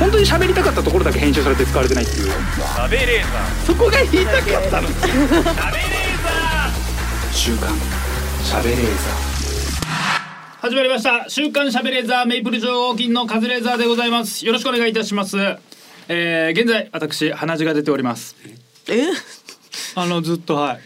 本当に喋りたかったところだけ編集されて使われてないっていう食べレーザそこが言いたかったの週刊喋れー始まりました週刊しゃべれーザーメイプル超合金のカズレーザーでございますよろしくお願いいたしますえー、現在私鼻血が出ておりますえあのずっとはい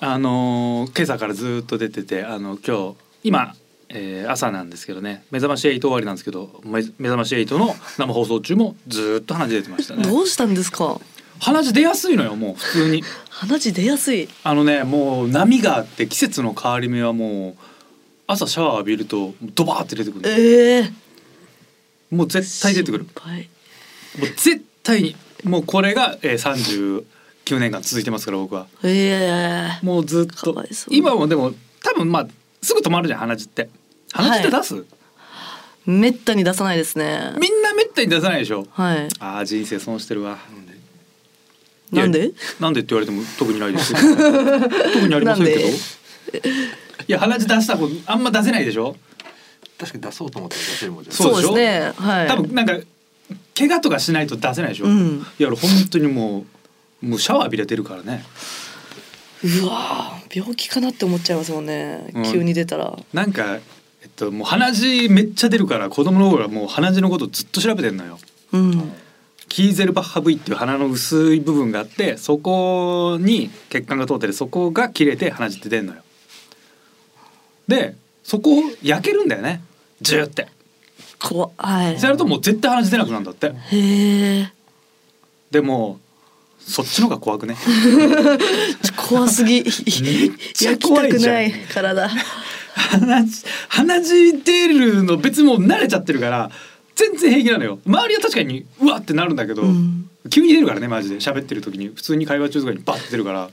あのー今朝からずっと出ててあの今日今、えー朝なんですけどね目覚まし8終わりなんですけどめ目覚まし8の生放送中もずっと鼻血出てましたねどうしたんですか鼻血出やすいのよもう普通に鼻血出やすいあのねもう波があって季節の変わり目はもう朝シャワー浴びるとドバーって出てくるええー、もう絶対出てくる心配もう絶対にもうこれが、えー、39年間続いてますから僕はええもうずっかとわいそう今もでも多分まあすぐ止まるじゃん鼻血って鼻血って出す、めったに出さないですねみんなめったに出さないでしょはいあー人生損してるわいやなんでなんでって言われても特にないですよ特にありませんけどなんでいや鼻血出した方あんま出せないでしょ確かに出そうと思ったら出せるもんじゃないそうでしょそうですねはい多分なんか怪我とかしないと出せないでしょ、うんいや俺本当にもうもうシャワー浴びれてるからねうわー病気かなって思っちゃいますもんね、うん急に出たらなんか、えっと、もう鼻血めっちゃ出るから子供の頃はもう鼻血のことずっと調べてんのよ。うんキーゼルバッハ V っていう鼻の薄い部分があってそこに血管が通っててそこが切れて鼻血って出んのよ。でそこを焼けるんだよねジューって。怖いそうやるともう絶対鼻血出なくなるんだって。へえでもそっちの方が怖くね。怖 すぎちゃ 焼き怖たいじゃんくない体鼻血鼻血出るの別にもう慣れちゃってるから全然平気なのよ周りは確かにうわってなるんだけど、うん急に出るからねマジで喋ってる時に普通に会話中とかにバッて出るからわ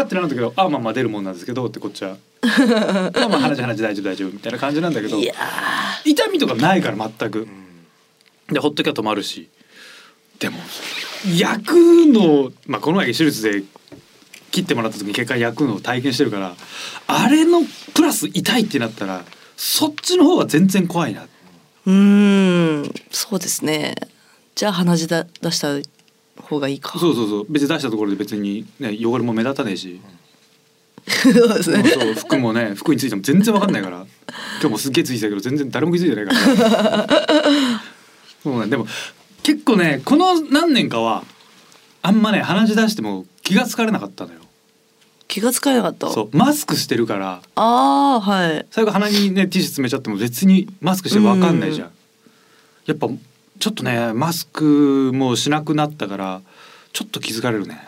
ーってなるんだけどあまあまあ出るもんなんですけどってこっち はまあまあ鼻血鼻血大丈夫大丈夫みたいな感じなんだけどいや痛みとかないから全くでほっときゃ止まるしでも焼くの、まあ、この前手術で切ってもらった時に血管焼くのを体験してるからあれのプラス痛いってなったらそっちの方が全然怖いなうーんそうですねじゃあ鼻血だ出した方がいいかそうそうそう別に出したところで別に、ね、汚れも目立たねえし、そうですねそう服もね服についても全然わかんないから今日もすっげえついてたけど全然誰も気づいてないからそうねでも結構ねこの何年かはあんまね鼻血出しても気が付かれなかったのよ気がつかなかったそうマスクしてるからああはい最後鼻にねティッシュ詰めちゃっても別にマスクしてわかんないじゃん、うやっぱちょっとねマスクもしなくなったからちょっと気づかれるね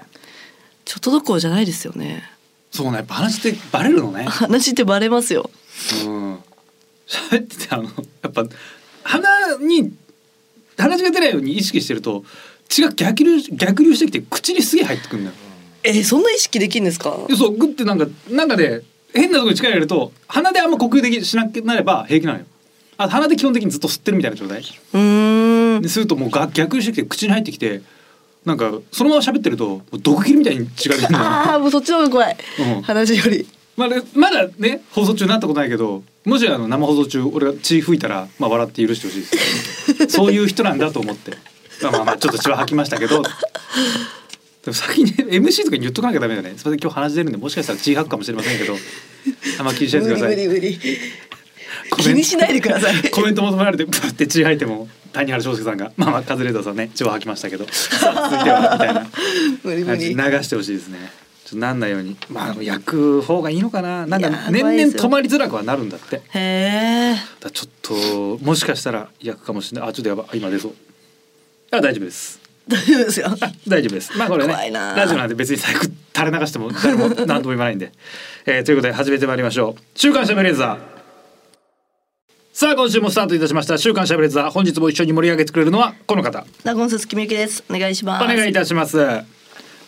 ちょっとどころじゃないですよねそうねやっぱ鼻血ってバレるのね話ってバレますようん喋っててあのやっぱ鼻に鼻血が出ないように意識してると血が逆流逆流してきて口にすげえ入ってくるんだよ。えー、そんな意識できるんですかでそうグッてなんかなんかで変なとこに力入れると鼻であんま呼吸できしなくなれば平気なのよ。あ鼻で基本的にずっと吸ってるみたいな状態。うーんでするともうが逆流してきて口に入ってきてなんかそのまま喋ってるともう毒切りみたいに血が出るのよ。ああもうそっちの方が怖い、うん話よりまあね、まだね放送中になったことないけどもしあの生放送中俺が血吹いたら、まあ、笑って許してほしいです そういう人なんだと思ってまあまあまあちょっと血は吐きましたけどでも先に、ね、MC とかに言っとかなきゃダメだねそれで今日話出るんでもしかしたら血吐くかもしれませんけどあんま気にしないで無くださ理無理い無理コメン気にしないでくださいコメント求められてプッて血吐いても谷原章介さんが「まあまあカズレーザーさんね血は吐きましたけどさあ続いては」みたいな。無理無理流してほしいですねちょっとなんないようにまあでも焼く方がいいのかななんかいやー年怖いで々すよ止まりづらくはなるんだってだかへえらちょっともしかしたら焼くかもしれないあちょっとやばい今出そうあ大丈夫です大丈夫ですよ大丈夫ですまあこれね怖いなーラジオなんで別に最悪垂れ流しても誰も何とも言わないんで、 えーということで始めてまいりましょう「週刊しゃべれーザー」さあ今週もスタートいたしました「週刊しゃべれーザー」本日も一緒に盛り上げてくれるのはこの方ナゴンススキミユキですお願いしまおす願いいたします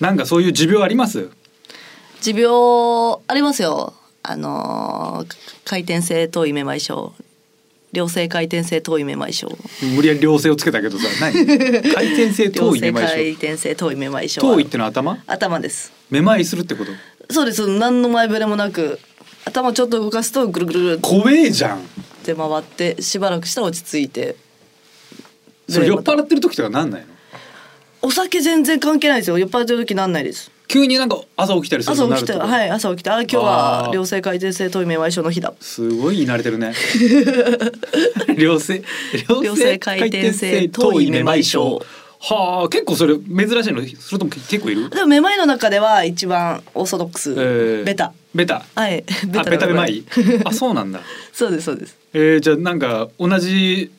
なんかそういう持病あります持病ありますよあのー回転性頭位めまい症良性回転性頭位めまい症無理やり良性をつけたけどさ何回 転性良頭位め性ま回い症転性頭位めまい症は頭位ってのは頭頭ですめまいするってことそうです何の前触れもなく頭ちょっと動かすとぐるぐるぐる怖えじゃんって回ってしばらくしたら落ち着いてそれ酔っ払ってる時とかなんないのお酒全然関係ないですよ酔っ払ってる時なんないです急になんか朝起きたりする朝ように起なきるとたはい朝起きてあ今日あはー良性改善性頭位め賠償の日だすごい慣れて るね良性良性回転性頭位めまい症はあ結構それ珍しいのそれとも結構い るでもめまいの中では一番オーソドックス、えーベタベタはいあベタめのめままいいあそうなんだ そうですそうですえー、じゃあなんか同じ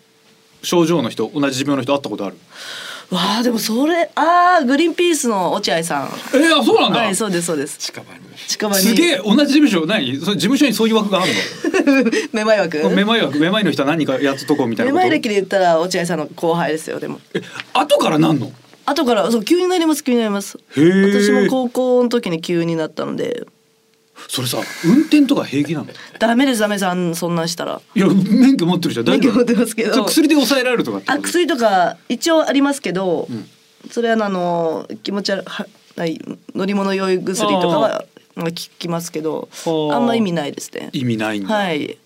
症状の人同じ持病の人会ったことあるわあでもそれあーグリーンピースの落合さんえー、あそうなんだ、はいそうですそうです近場に近場にす げえ同じ事務所何それ事務所にそういう枠があるめまい枠のめまい枠めまいの人は何かやっとこうみたいめなこまとい歴で言ったら落合さんの後輩ですよでもえ後からなんの後からそう急になります急になりますへー私も高校の時に急になったのでそれさ運転とか平気なのダメですダメですあんそんなんしたらいや免許持ってるじゃん大丈夫免許持ってますけどそれ薬で抑えられるとかってことあ薬とか一応ありますけど、んそれはあの気持ち悪いはない乗り物酔い薬とかはまあ効きますけどあーあんま意味ないですね。意味ないんだ、はい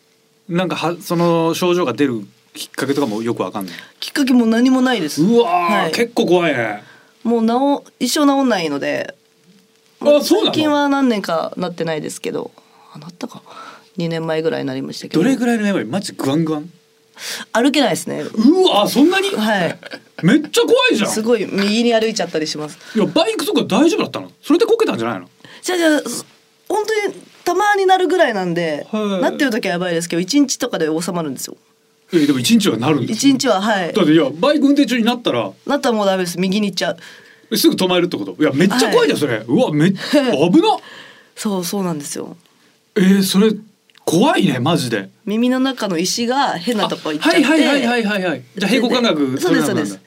なんかはその症状が出るきっかけとかもよくわかんないうきっかけも何もないです。わー、はい結構怖いねもう治一生治んないのであそうなの最近は何年かなってないですけどあなったか2年前ぐらいになりましたけどどれぐらいのやばいマジグワングワン歩けないですね。うわーそんなに はいめっちゃ怖いじゃんすごい右に歩いちゃったりします。いやバイクとか大丈夫だったのそれでこけたんじゃないのじゃあじゃあそ本当にたまになるぐらいなんで、はいなってる時はやばいですけど一日とかで収まるんですよえでも一日はなるんです一日ははいだっていやバイク運転中になったらなったらもうダメです右に行っちゃうすぐ止まれるってこといやめっちゃ怖いじゃんそれ、うわめっ 危なそうそうなんですよえー、それ怖いねマジで耳の中の石が変なとこ行っちゃって、はいはいはいはいはいじゃあ平衡感覚そうですそれなくうですなるんだ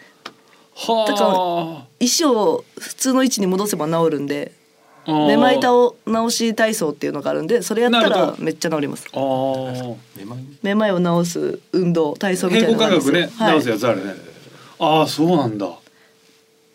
はあだ石を普通の位置に戻せば治るんでめまいを倒治し体操っていうのがあるんでそれやったなるほらどめっちゃ治りますあーめまいめまいを治す運動体操みた平い衡なのが感あるんです覚ね、よはい直すやつあるねああそうなんだ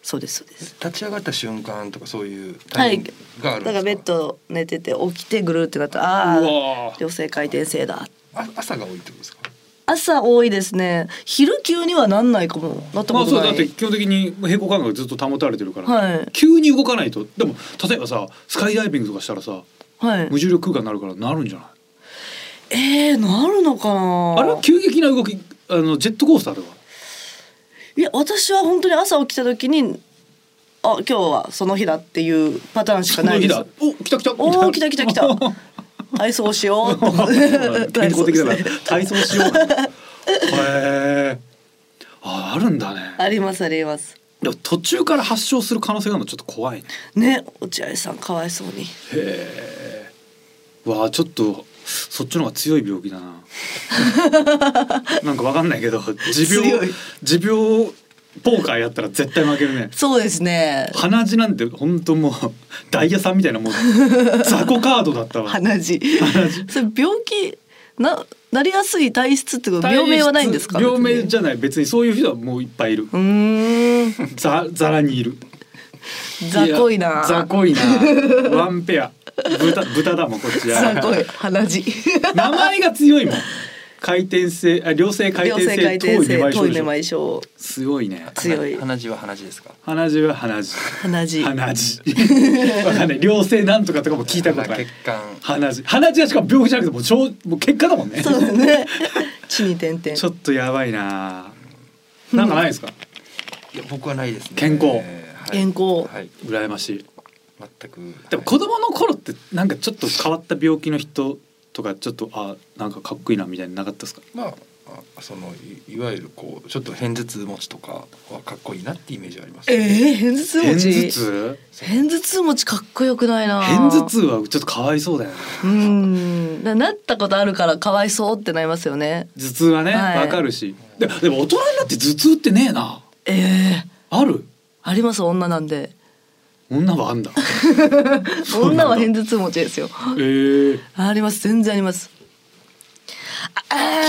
そうですそうです立ち上がった瞬間とかそういうタはいイミングがあるんでだかすか、らベッド寝てて起きてぐるーってなったらあうあわー女性回転性だあ朝が多いってことですか朝多いですね昼急にはなんないかもなったまあこそとうなだってい、基本的に平衡感覚ずっと保たれてるから、はい急に動かないとでも例えばさスカイダイビングとかしたらさはい無重力空間になるからなるんじゃないえー、なるのかなあれは急激な動きあのジェットコースターとかいや私は本当に朝起きた時にあ今日はその日だっていうパターンしかないですその日だお来た来たおー来た来た 来た体操しようと健康的だ から体操ですね体操しようへえああるんだねありますありますでも途中から発症する可能性があるのちょっと怖いねね落合さんかわいそうにへえわあちょっとそっちの方が強い病気だな なんかわかんないけど持強病い持病ポーカーやったら絶対負けるねそうですね鼻血なんて本当もう ダイヤさんみたいな もう雑魚カードだったわ鼻血それ病気ななりやすい体質ってこと病名はないんですか病名じゃゃない別にそういう人はもういっぱいいるうーんざざらにいる雑魚いな。や雑魚い なワンペア豚豚だもんこっちは雑魚い鼻血。名前が強いもん回転性あ良性回良転性回性転遠いめまい性症遠いでしめょまい症強いね強い鼻血は鼻血ですか鼻血は鼻血鼻血。鼻血 わかんない良性なんとかとかも聞いたことない血管鼻血鼻血はしかも病気じゃなくてもう症もう結果だもんねそうだね。血に点々。ちょっとやばいななんかないですかいや僕はないですね健康えー健康はい羨ましい全くでも子供の頃ってなんかちょっと変わった病気の人とかちょっとあなんかかっこいいなみたいなのなかったですかまああそのいいわゆるこうちょっと偏頭痛持ちとかはかっこいいなってイメージはあります、ええ偏頭痛片持頭ち。痛偏頭痛持ちかっこよくないな。片頭。痛はちょっとかわいそうだよねうん。だなったことあるからかわいそうってなりますよね。頭痛はねわ、はいかるしででも大人になって頭痛ってねえなええあるあります女なんで。女はあ んだそうな女んだは偏頭痛持ちですよ。えー、あります全然あります。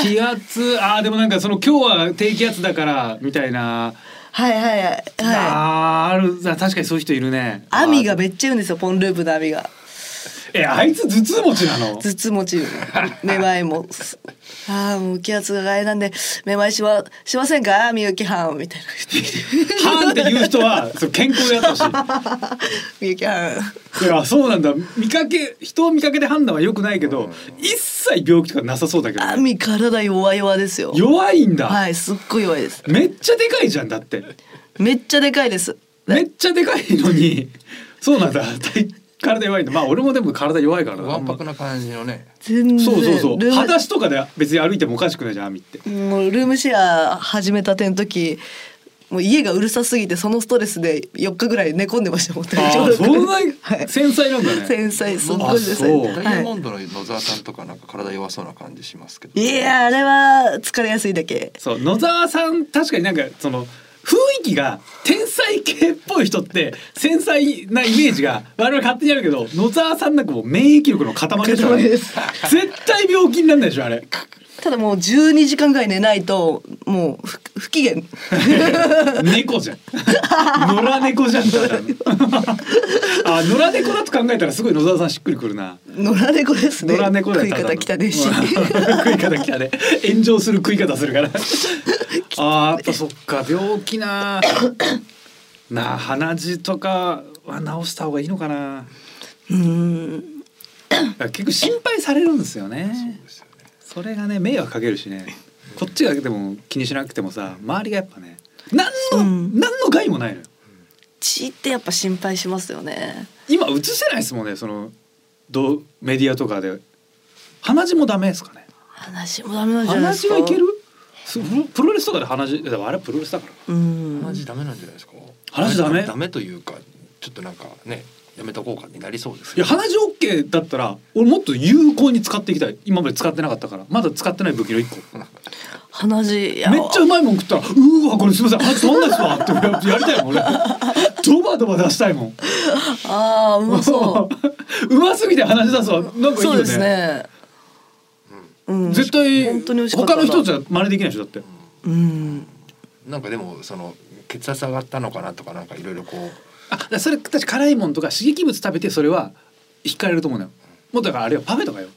気圧あーでもなんかその今日は低気圧だからみたいな、はいはいはいあはい。あーあるあ確かにそういう人いるねアミがあーめっちゃ言うんですよポンループのアミが。えあいつ頭痛持ちなの頭痛持ちめまいもああもう気圧が害なんでめまいしはしませんかみゆきはんみたいな 言ってはんっていう人はそう健康でやってほしいみゆきはんいやそうなんだ見かけ人を見かけで判断は良くないけど、一切病気とかなさそうだけあど、ね、み体弱々ですよ弱いんだ、はいすっごい弱いですめっちゃでかいじゃんだってめっちゃでかいですめっちゃでかいのにそうなんだ体体弱いんだまあ俺もでも体弱いからなわんぱくな感じのね全然そうそうそうルーム裸足とかで別に歩いてもおかしくないじゃんアミってもうルームシェア始めたての時もう家がうるさすぎてそのストレスで4日ぐらい寝込んでましたもんあ体調ー そん不な良 はい繊細なんだね繊細すっごいですあそうねダイヤモンドの野沢さんとかなんか体弱そうな感じしますけどいやーあれは疲れやすいだけそう野沢さん確かになんかその雰囲気が天才系っぽい人って繊細なイメージが我々勝手にあるけど野沢さんなんかもう免疫力の塊でしょあれ塊で絶す対病気になんないでしょあれただもう12時間ぐらい寝ないともう不不機嫌猫じゃん野良猫じゃんただのあ野良猫だと考えたらすごい野沢さんしっくりくるな野良猫ですね野良猫だ食よいただの方汚ねしうん食い方汚ね炎上する食い方す るからあーやっぱそっか病気ななあ鼻血とかは治した方がいいのかな うん結構心配されるんですよねですよねそれがね迷惑かけるしねこっちがでも気にしなくてもさ周りがやっぱね何の、うん何の害もないのよ血ってやっぱ心配しますよね今映せないですもんねそのどメディアとかで鼻血もダメですかね話もダメなんじゃない鼻です血かはいけるすプロプロレスとかで鼻血だからあれはプロレスだからうん鼻血ダメなんじゃないですか鼻血ダメダメというかちょっとなんかねやめとこうかになりそうですいや鼻血 OK だったら俺もっと有効に使っていきたい今まで使ってなかったからまだ使ってない武器の一個鼻血いやめっちゃうまいもん食ったら「うーわこれすいません鼻血止まんないっすわ」ってややりたい もん俺ドバドバ出したいもんあーうまそ うますぎて鼻血出すわなんかいいそうよでねすね。うん絶本対当に美味しかった他なの人じゃ真似できないでしょだってうん。 なんかでもその血圧上がったのかなとかなんかいろいろこうあだからそれ私辛いもんとか刺激物食べてそれは引かれると思うのよもうだからあれはパフェとかよ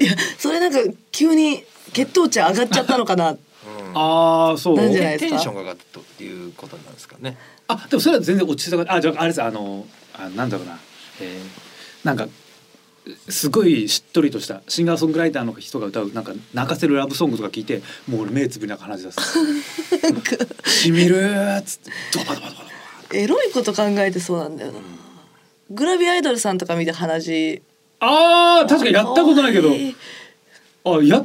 いや、それなんか急に血糖値上がっちゃったの かな。ああそうなんじゃないテンですかテンションが上がったということなんですかねあでもそれは全然落ち着かないあじゃああれですあのあなんだろうな、えー、なんかすごいしっとりとしたシンガーソングライターの人が歌うなんか泣かせるラブソングとか聞いてもう俺目つぶりながら話し出すしみるーっつってドバドバドバドバエロいこと考えてそうなんだよな。グラビアアイドルさんとか見て鼻血。あー確かにやったことないけど可愛いあや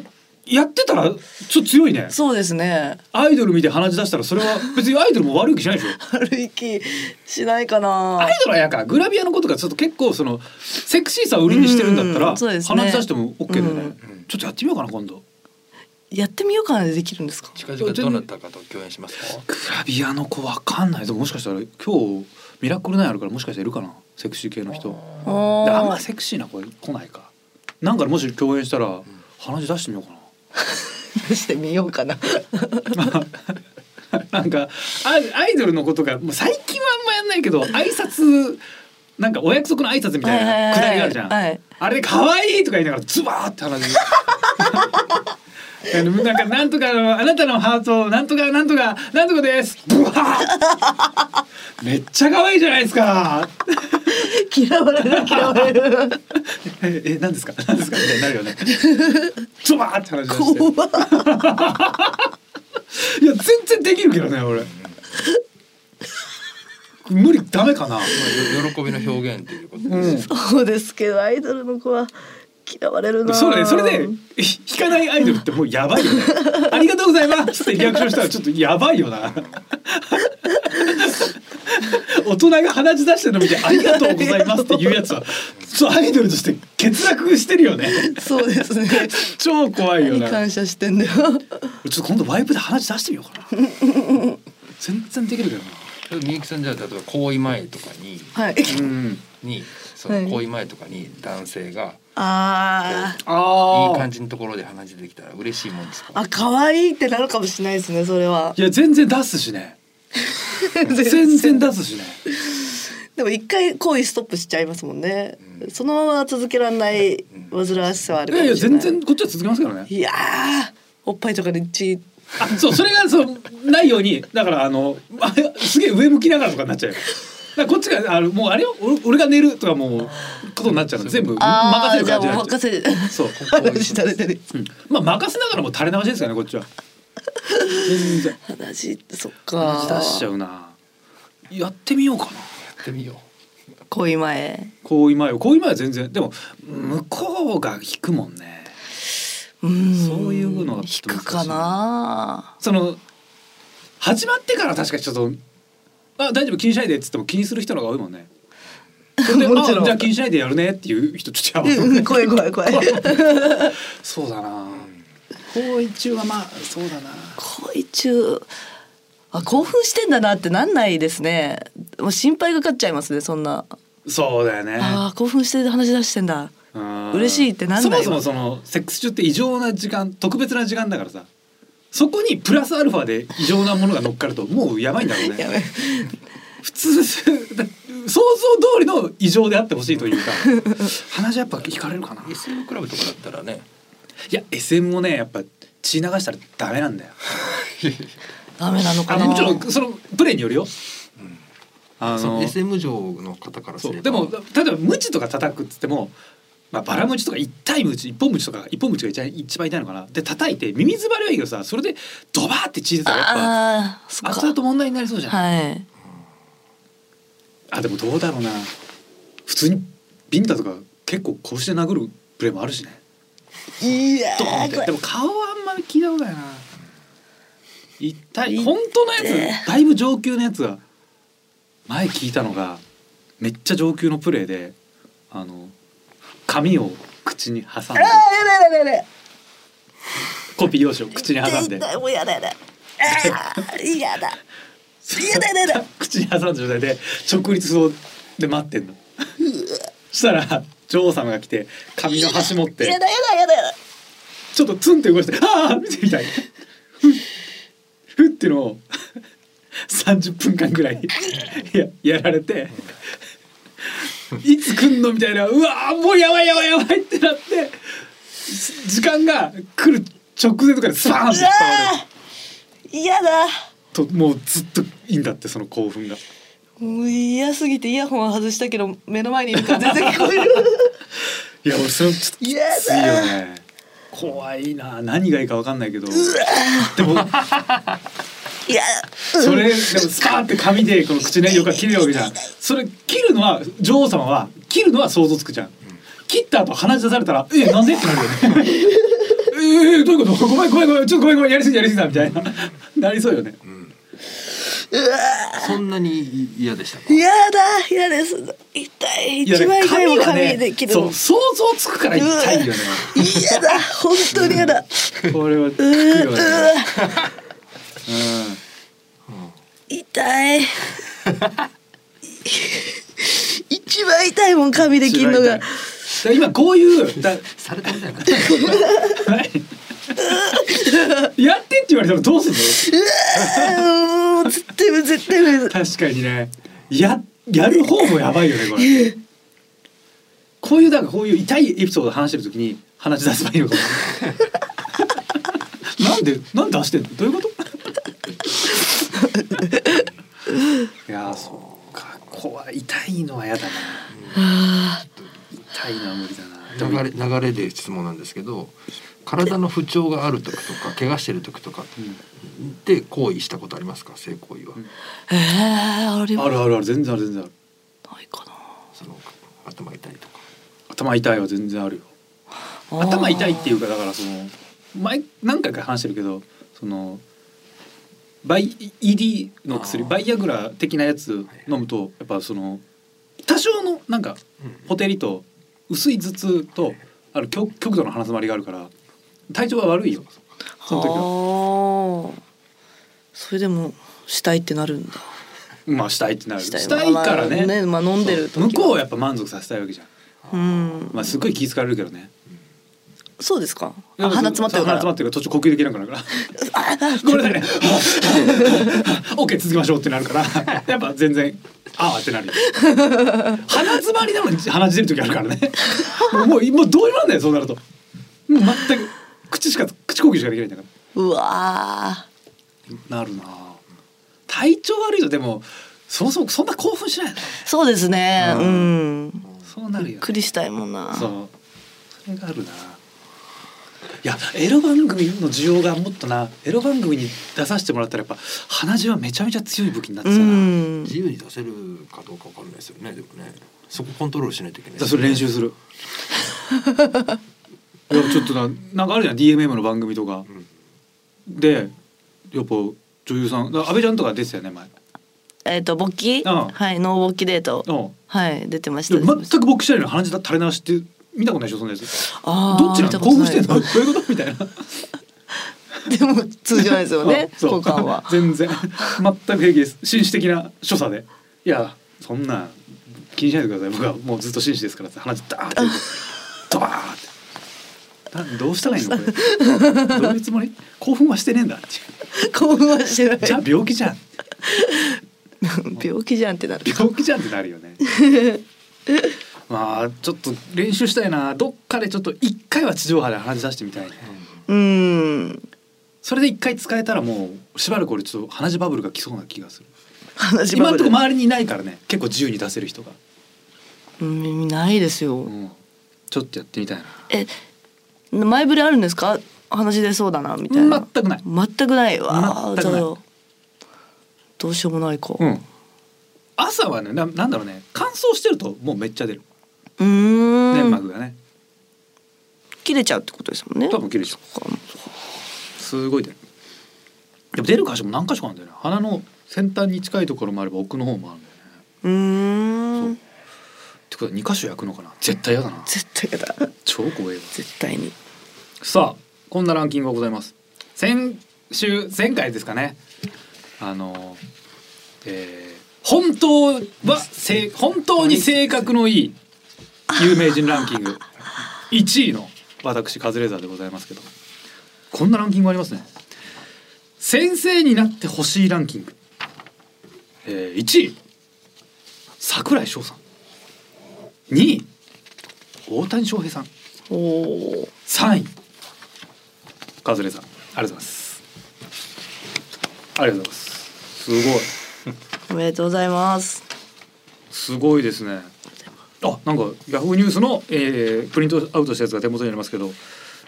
やってたらちょっと強いねそうですね。アイドル見て鼻血出したらそれは別にアイドルも悪い気しないでしょ歩きしないかアなイ。ドルはやんかグラビアのことがちょっと結構そのセクシーさを売りにしてるんだったら、うんそうですね話し出しても OK だよね、うんちょっとやってみようかな今度グやってみようかなでできるんですか。近々どなたかと共演しますかラビアの子わかんないでももしかしたら今日ミラクル9あるからもしかしたらいるかなセクシー系の人ああであんまーセクシーな子来ないかなんかもし共演したら鼻血出してみようかなしてみよう かな。なんかアイアイドルのことがもう最近はあんまやんないけど挨拶なんかお約束の挨拶みたいなくだりがあるじゃん、はいはいはいあれで可愛いとか言いながらズバーって話すあの なんかなんとかのあなたのハートなんとかなんとかなんとかですブワーめっちゃ可愛いじゃないですか嫌われる嫌われる。ええなんですかなんですかみたいになるよねズバーって話し 怖てっいや全然できるけどね俺無理ダメかなーまあよ喜びの表現ということうですんねそうですけどアイドルの子は嫌われるな。そうだね、それでひ弾かないアイドルってもうやばいよ ね。ありがとうございますってリアクションしたらちょっとやばいよな。大人が鼻血出してるの見てありがとうございますって言うやつは、そうアイドルとして欠落してるよね。そうですね。超怖いよにな。感謝してんだよ。 ちょっと今度ワイプで鼻血出してみようかな。全然できるけどな。みゆきさんじゃあ例えば行為前とかにはい。うん。にそはのい行為前とかに男性があーああ。いい感じのところで話できたら嬉しいもんですかあ可愛いってなるかもしれないですねそれは 。いや全然出すしね。全然出すしね。でも一回行為ストップしちゃいますもんね、うんそのまま続けられない煩わしさはあいるかやもいやしれな全い然こっちは続けますからねいやーおっぱいとかで血あそうそれがそうないようにだからあのあすげえ上向きながらとかになっちゃうよだからこっちがあのもうあれよ俺俺が寝るとかもうことになっちゃうの全部任せあーるじゃ感あじもうになっちゃ任せうそう、話垂れてるうんまあ任せながらも垂れ流しですからねこっちは全然話そっ話か出しちゃうなやってみようかなってみよ恋前行為前を行為前は全然でも向こうが引くもんねうんそういうのは引ちょっと難しいくかなその始まってから確かにちょっと「あ大丈夫気にしないで」っつっても気にする人の方が多いもんね。それで もちろんあじゃあ気にしないでやるねっていう人ちょっと違 うん ううん怖い怖い怖いそうだな行為中はまあそうだな恋中あ興奮してんだなってなんないですねもう心配がかかっちゃいますねそんなそうだよねあー興奮して話し出してんだうん嬉しいってなんないわそもそもそのセックス中って異常な時間特別な時間だからさそこにプラスアルファで異常なものが乗っかるともうやばいんだろうねやばい普通想像通りの異常であってほしいと いうか話やっぱ聞かれるかなう SM クラブとかだったらねいや SM もねやっぱ血流したらダメなんだよ。ダメなのかあなもちろんそのプレイによるよ。あそのの SM 上の方からすそればうでも例えばムチとか叩くっつっても、まあ、バラムチとか痛いムチ一本ムチとか一本ムチが一番一番痛いのかなで叩いて耳詰まりはいいけどさそれでドバーって血出たらやっぱああーそ後っ々か問題になりそうじゃん。はいあでもどうだろうな普通にビンタとか結構拳で殴るプレイもあるしね。いやドーンっーて怖でいも顔はあんまり聞いたことないな痛い痛い本当のやつだいぶ上級のやつが前聞いたのがめっちゃ上級のプレーであの紙を口に挟んでああやだやだやだやだコピー用紙を口に挟んで痛いもうやだやだああやだやだやだやだ口に挟んだ状態で直立そうで待ってんのしたら女王様が来て紙の端持っやてだやだやだやだちょっとツンって動かして「ああ!」みたいな「ふっ」ふっていうのを30分間ぐらいややられて「いつ来んの?」みたいな「うわーもうやばいやばいやばい」ってなってす時間が来る直前とかでスパーンってう伝わわるー嫌だともうずっといいんだってその興奮が。もう嫌すぎてイヤホン外したけど目の前にいるから全然聞こえ るいや俺それちょっときやだついよね怖いな何がいいか分かんないけどでもいやそれでもスパーって紙でこの口のよく切れるわけじゃんそれ切るのは女王様は切るのは想像つくじゃん切った後話し出されたら「えなんで?」ってなるよねええどういうことごめんごめんごめんちょっとごめんごめんやりすぎたやりすぎたみたいななりそうよねそんなに嫌で したか嫌だ嫌です痛いいや一番痛いもんが髪で切るそう想像つくから痛いよね嫌だ本当に 嫌だこれはう聞ーくうよーね痛い一番痛いもん髪で切るのがだから今こういうだされたみたいなはいやってって言われたらどうするのあーもう絶対無理絶対無理確かにねややる方もやばいよねこれ こういうだからこういう痛いエピソード話してる時に話し出せばいいのかも なんでなんで出してんのどういうこと いやーそうか怖い痛いのは嫌だな痛いのは無理だなでも流れ流れで質問なんですけど体の不調がある時とか怪我してる時とかで行為したことありますか性行為は、んえー、あれあもるあるある全然ある全然あるないかその頭痛いとか頭痛いは全然あるよな頭痛いっていううかだからその前何回か話してるけどそのバイ ED の薬あーバイアグラ的なやつ飲むとやっぱその多少のなんかほてりと薄い頭痛とあの極極度の鼻詰まりがあるから体調は悪いよその時ははそれでもしたいってなるんだまあしたいってなるしたいしたいからまあねまあ飲んでる時は向こうはやっぱ満足させたいわけじゃんうんまあすっごい気ぃ使われるけどねそうですかあ鼻詰まってそるう鼻か詰まらってるから途中呼吸できなくなるから ごめんなさいね。オッケー続きましょうってなるから、やっぱ全然ああってなるよ鼻詰まりなのに鼻血出る時あるからねもうもうどうにもなんだよそうなるともう全く口しか口呼吸しかできないんだかうわらなるなあ体調悪いとでもそもそもそんな興奮しないよねーそうですねううんんそうなるびっよねくりしたいもんなそうそれがあるないやエロ番組の需要がもっとなエロ番組に出させてもらったらやっぱ鼻血はめちゃめちゃ強い武器になってうたな、ん自由に出せるかどうかわかんないですよねでもねそこコントロールしないといけなだいからそれ練習するいやちょっとななんかあるじゃん DMM の番組とかうんでやっぱ女優さんだから安倍ちゃんとか出てたよね前えっと勃起うんはいノー勃起デートうんはい出てましでたも全く勃起してないのに鼻血垂れ流しって見たことないでしょそんなやつあーどっちな見の興たこと奮なしいてんのどういうことみたいなでも普通じゃないですよね あそう股間は全然全く平気です紳士的な所作でいやそんな気にしないでください僕はもうずっと紳士ですからって話ダーッて ドバーってなどうしたらいいのこれどういうつもり興奮はしてねえんだっていう 興奮はしてないじゃあ病気じゃん病気じゃんってなる病気じゃんってなる よねまあちょっと練習したいなどっかでちょっと一回は地上波で話し出してみたいねうんそれで一回使えたらもうしばらく俺ちょっと鼻血バブルが来そうな気がする話今のばぶとるこ周りにいないからね結構自由に出せる人が、うんないですよちょっとやってみたいなえ前触れあるんですか話出そうだなみたいな全くない全くないわ全くないじゃあどうしようもないかううん朝はねななんだろうね乾燥してるともうめっちゃ出るーん粘膜がね、切れちゃうってことですもんね多分切れちゃうそっかすごい出るでも出る箇所も何箇所かあるんだよね鼻の先端に近いところもあれば奥の方もあるんだよねうーんってことは2箇所焼くのかな絶対嫌だな絶対やだ超怖えよ絶対にさあこんなランキングがございます先週前回ですかねあのえー本当はせい本当に性格のいい有名人ランキン グ1位の私カズレーザーでございますけどこんなランキングありますね先生になってほしいランキング、えー、1位櫻井翔さん2位大谷翔平さんおお三位カズレーザーありがとうございますありがとうございますすごいおめでとうございますすごいですねあなんかヤフーニュースの、えープリントアウトしたやつが手元にありますけど、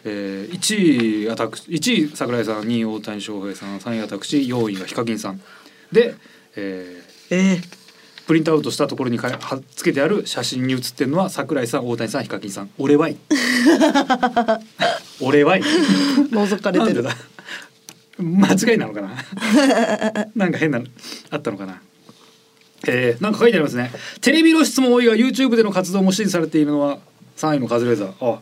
えー、1位私1位桜井さん2位大谷翔平さん3位私4位がヒカキンさんで、えーえー、プリントアウトしたところにか貼っつけてある写真に写ってるのは桜井さん大谷さんヒカキンさん 俺はい俺はい覗かれてるなんでだ間違いなのか ななんか変なのあったのかなえー、なんか書いてありますねテレビ露出も多いが YouTube での活動も支持されているのは3位のカズレーザーあ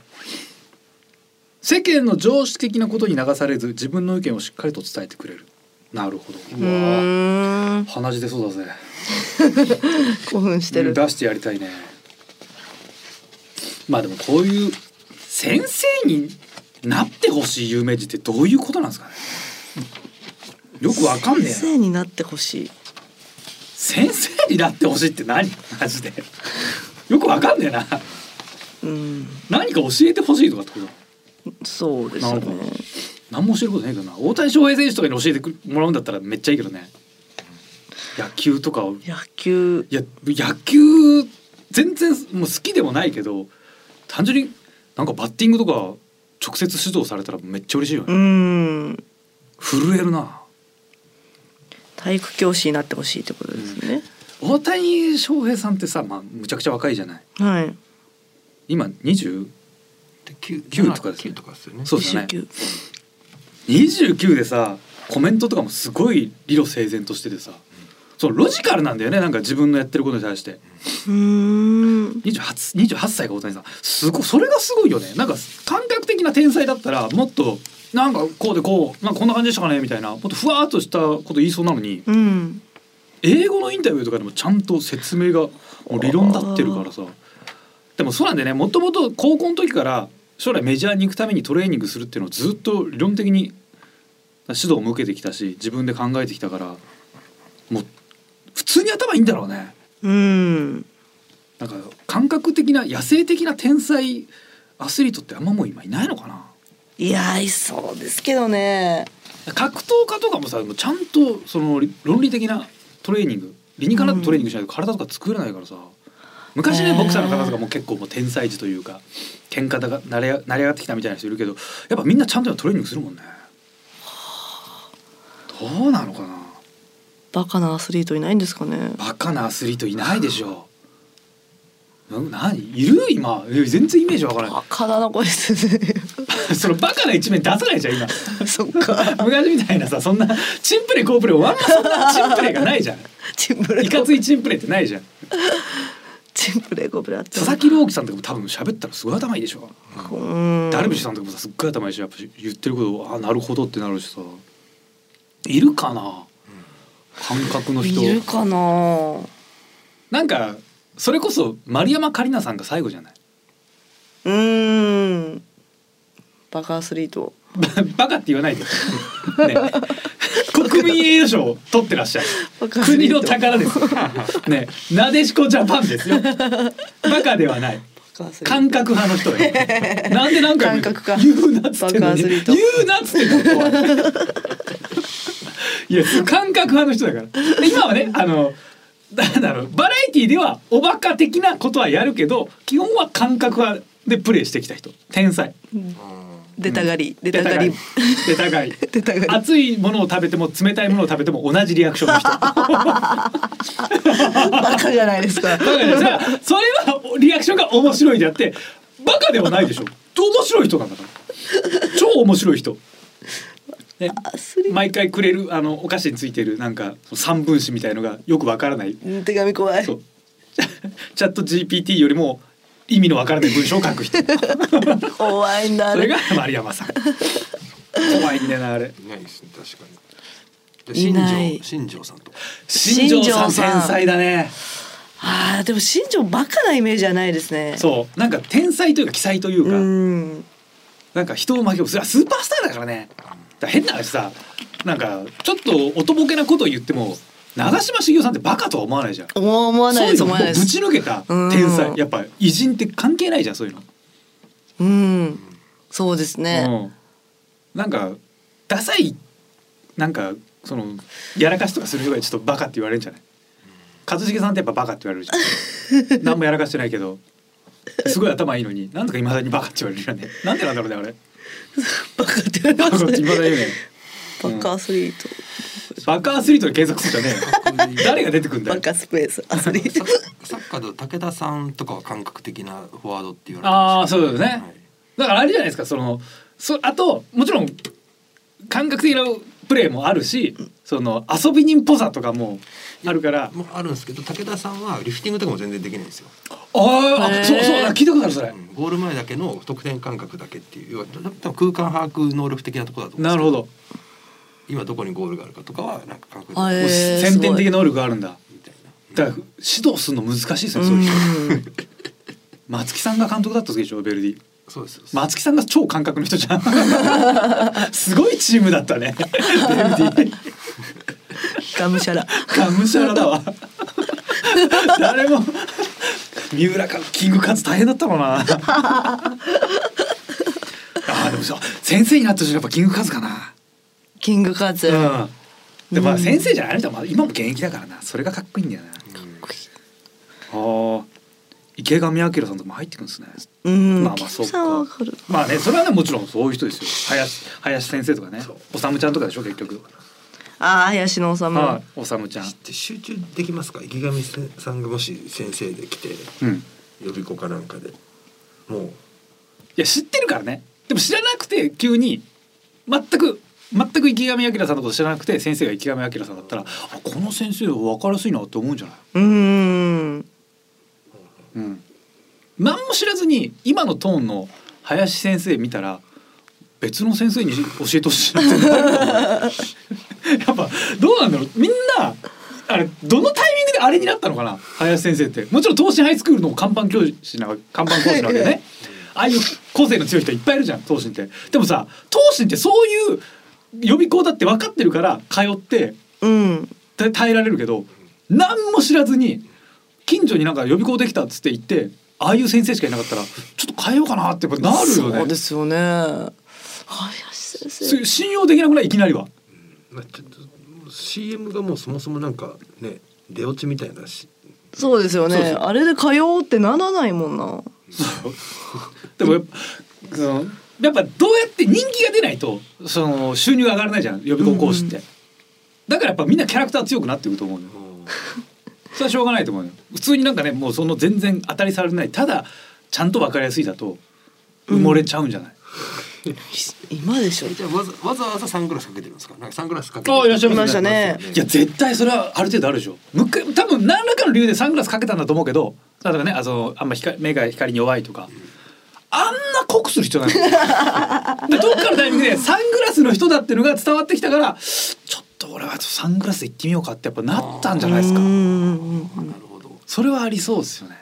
世間の常識的なことに流されず自分の意見をしっかりと伝えてくれるなるほどうーん鼻血出そうだぜ興奮してる出してやりたいねまあでもこういう先生になってほしい有名人ってどういうことなんですかねよくわかんね先えな生になってほしい先生になってほしいって何マジでよくわかんねえなうん何か教えてほしいとかってことそうですよなるほねど何も教えることないけどな大谷翔平選手とかに教えてくもらうんだったらめっちゃいいけどね野球とかを野球いや野球全然もう好きでもないけど単純になんかバッティングとか直接指導されたらめっちゃ嬉しいようね、ん震えるな体育教師になってほしいってことですよね、大谷翔平さんってさ、まあ、むちゃくちゃ若いじゃないはい今20で九九とかですね九とかですよねそうですよね19 29でさコメントとかもすごい理路整然としててさそうロジカルなんだよねなんか自分のやってることに対してうーん 28, 28歳が大谷さんすごいそれがすごいよねなんか感覚的な天才だったらもっとなんかこうでこうなんかこんな感じでしたかねみたいなもっとふわーっとしたこと言いそうなのにうん英語のインタビューとかでもちゃんと説明がもう理論立ってるからさでもそうなんでねもともと高校の時から将来メジャーに行くためにトレーニングするっていうのをずっと理論的に指導も受けてきたし自分で考えてきたからもう普通に頭いいんだろうねうん。なんか感覚的な野生的な天才アスリートってあんまもう今いないのかないやー、そうですけどね。格闘家とかもさもうちゃんとそのり論理的なトレーニング理にかなったトレーニングしないと体とか作れないからさ昔ねねえボクサーの方とかも結構もう天才児というか喧嘩だが慣れ慣れ上がってきたみたいな人いるけどやっぱみんなちゃんとトレーニングするもんねどうなのかなバカなアスリートいないんですかね。バカなアスリートいないでしょな何いる今え全然イメージわからなバカだなこいつ。い そのバカな一面出さないじゃん今 そっか。昔みたいなさそんなチンプレーコープレーもあんまそんなチンプレーがないじゃんチンプレいかついチンプレーってないじゃんチンプレゴブラッ佐々木朗希さんとかも多分喋ったらすごい頭いいでしょ、うん。ダルビッシュさんとかもさすっごい頭いいしやっぱ言ってることああなるほどってなるしさいるかな感覚の人いるかな。なんかそれこそ丸山桂里奈さんが最後じゃないうん。バカアスリート。 バカって言わないで、ね、国民栄誉賞を取ってらっしゃるバカアスリ国のート。宝です ねなでしこジャパンですよバカではないバカアスリート感覚派の人よ。なんでなんか感覚か言うなっつってんのに爆発する人言うなっつってんのここはいや感覚派の人だから。で今はねあのなんだろうバラエティではおバカ的なことはやるけど基本は感覚派でプレーしてきた人天才出たがり、出たがり。出た がり出たがり熱いものを食べても冷たいものを食べても同じリアクションの 人バカじゃないです か。だからじゃあそれはリアクションが面白いであってバカではないでしょ面白い人なんだから超面白い人、ね、アスリー毎回くれるあのお菓子についてるなんかその三分子みたいのがよくわからないト。手紙怖いそ。う チャット GPT よりも意味のわからない文章を書く 人怖いんだ。あそれれが丸山さん怖いんだよなあれいないですね確かにいない新庄新庄さんとか新新庄さ庄さんん天才だねああ、でも新庄バカなイメージじゃないですね。そうなんか天才というか奇才といううか、ん。なんか人を巻き起こすあスーパースターだからねだから変な話さなんかちょっとおとぼけなことを言っても長嶋茂雄さんってバカとは思わないじゃん思わ思わないです。そうい思うわのもないうでぶす。ち抜けた天才うんやっぱ偉人って関係ないじゃんそういうの、うん。そうですね。うん、なんかダサいなんかそのやらかしとかする人がちょっとバカって言われるんじゃない一茂さんってやっぱバカって言われるじ ゃん何もやらかしてないけどすごい頭いいのになんとかいまだにバカって言われるよねなんでなんだろうねあれバカって言バわれカまっすてね。未だ言うねバカアスリート。 バカアスリートで検索するじゃねえよ誰が出てくんだバよカスペースアスリーサト。サッカーだと武田さんとかは感覚的なフォワードって言われてああますそうだよね、はいだからあれじゃないですかそのそあともちろん感覚的なプレーもあるしその遊び人っぽさとかもあるからもうあるんですけど武田さんはリフティングとかも全然できないんですよ、あーへあーそうそう聞いたことあるそれうんゴール前だけの得点感覚だけっていう要は多分空間把握能力的なところだと思うなんでするほど今どこにゴールがあるかとかはなんか確あへ認ーえ先天的能力があるんだみたいなだから指導するの難しいですうねそういう人ん。松木さんが監督だった時でしょベルディそうですそうです松木さんが超感覚の人じゃん すごいチームだったねベルディがむしゃら。 がむしゃらだわ誰も三浦かキングカズ大変だったろう なあーでもさ先生になった人やっぱキングカズかなキングカズ。かっうんでもまあ先生じゃないあの人はまあ今も現役だからなそれがかっこいいんだよなこいいああ池上彰さんとかも入ってくるんですねうん。まあまキあンそグうさんはわかかる。まあねそれはねもちろんそういう人ですよ林林先生とかねおさむちゃんとかでしょ結局ああ、林の治はむ。いおさむちゃんで集中できますか池上さんがもし先生で来てうん予備校かなんかでもういや知ってるからねでも知らなくて急に全く全く池上彰さんのこと知らなくて先生が池上彰さんだったらあこの先生は分かりやすいなって思うんじゃない、うん。うん、何も知らずに今のトーンの林先生見たら別の先生に教えてほしいなってなると思うやっぱどうなんだろうみんなあれどのタイミングであれになったのかな林先生ってもちろん東進ハイスクールの看板教師なわ看板講師なわけでねああいう個性の強い人いっぱいいるじゃん東進ってでもさ東進ってそういう予備校だって分かってるから通ってうん。耐耐えられるけど何も知らずに近所になんか予備校できたっつって言ってああいう先生しかいなかったらちょっと変えようかなってやっぱなるよそうねですよね。林先生。信用できなくないいきなりはまあちょっと CM がもうそもそもなんかね出落ちみたいなしそうですよそうでね。すあれで通うってならないもんな。でもやっぱそのやっぱどうやって人気が出ないとその収入が上がらないじゃん予備校講師って、うんだからやっぱみんなキャラクター強くなっていくと思うのよそれはしょうがないと思うよ普通になんかねもうその全然当たり障りないただちゃんと分かりやすいだと埋もれちゃうんじゃない、今でしょえ。じゃあわざわざわざサングラスかけてるんですかなんかサングラスかけてあいらっしゃいいましたねいや絶対それはある程度あるでしょもう一回多分何らかの理由でサングラスかけたんだと思うけど例えばねあのあんま光目が光に弱いとかあんな濃くする必要ないもんでどっかのタイミングでサングラスの人だっていうのが伝わってきたからちょっと俺はサングラスで行ってみようかってやっぱなったんじゃないですかうんうんうんなるほどそれはありそうですよね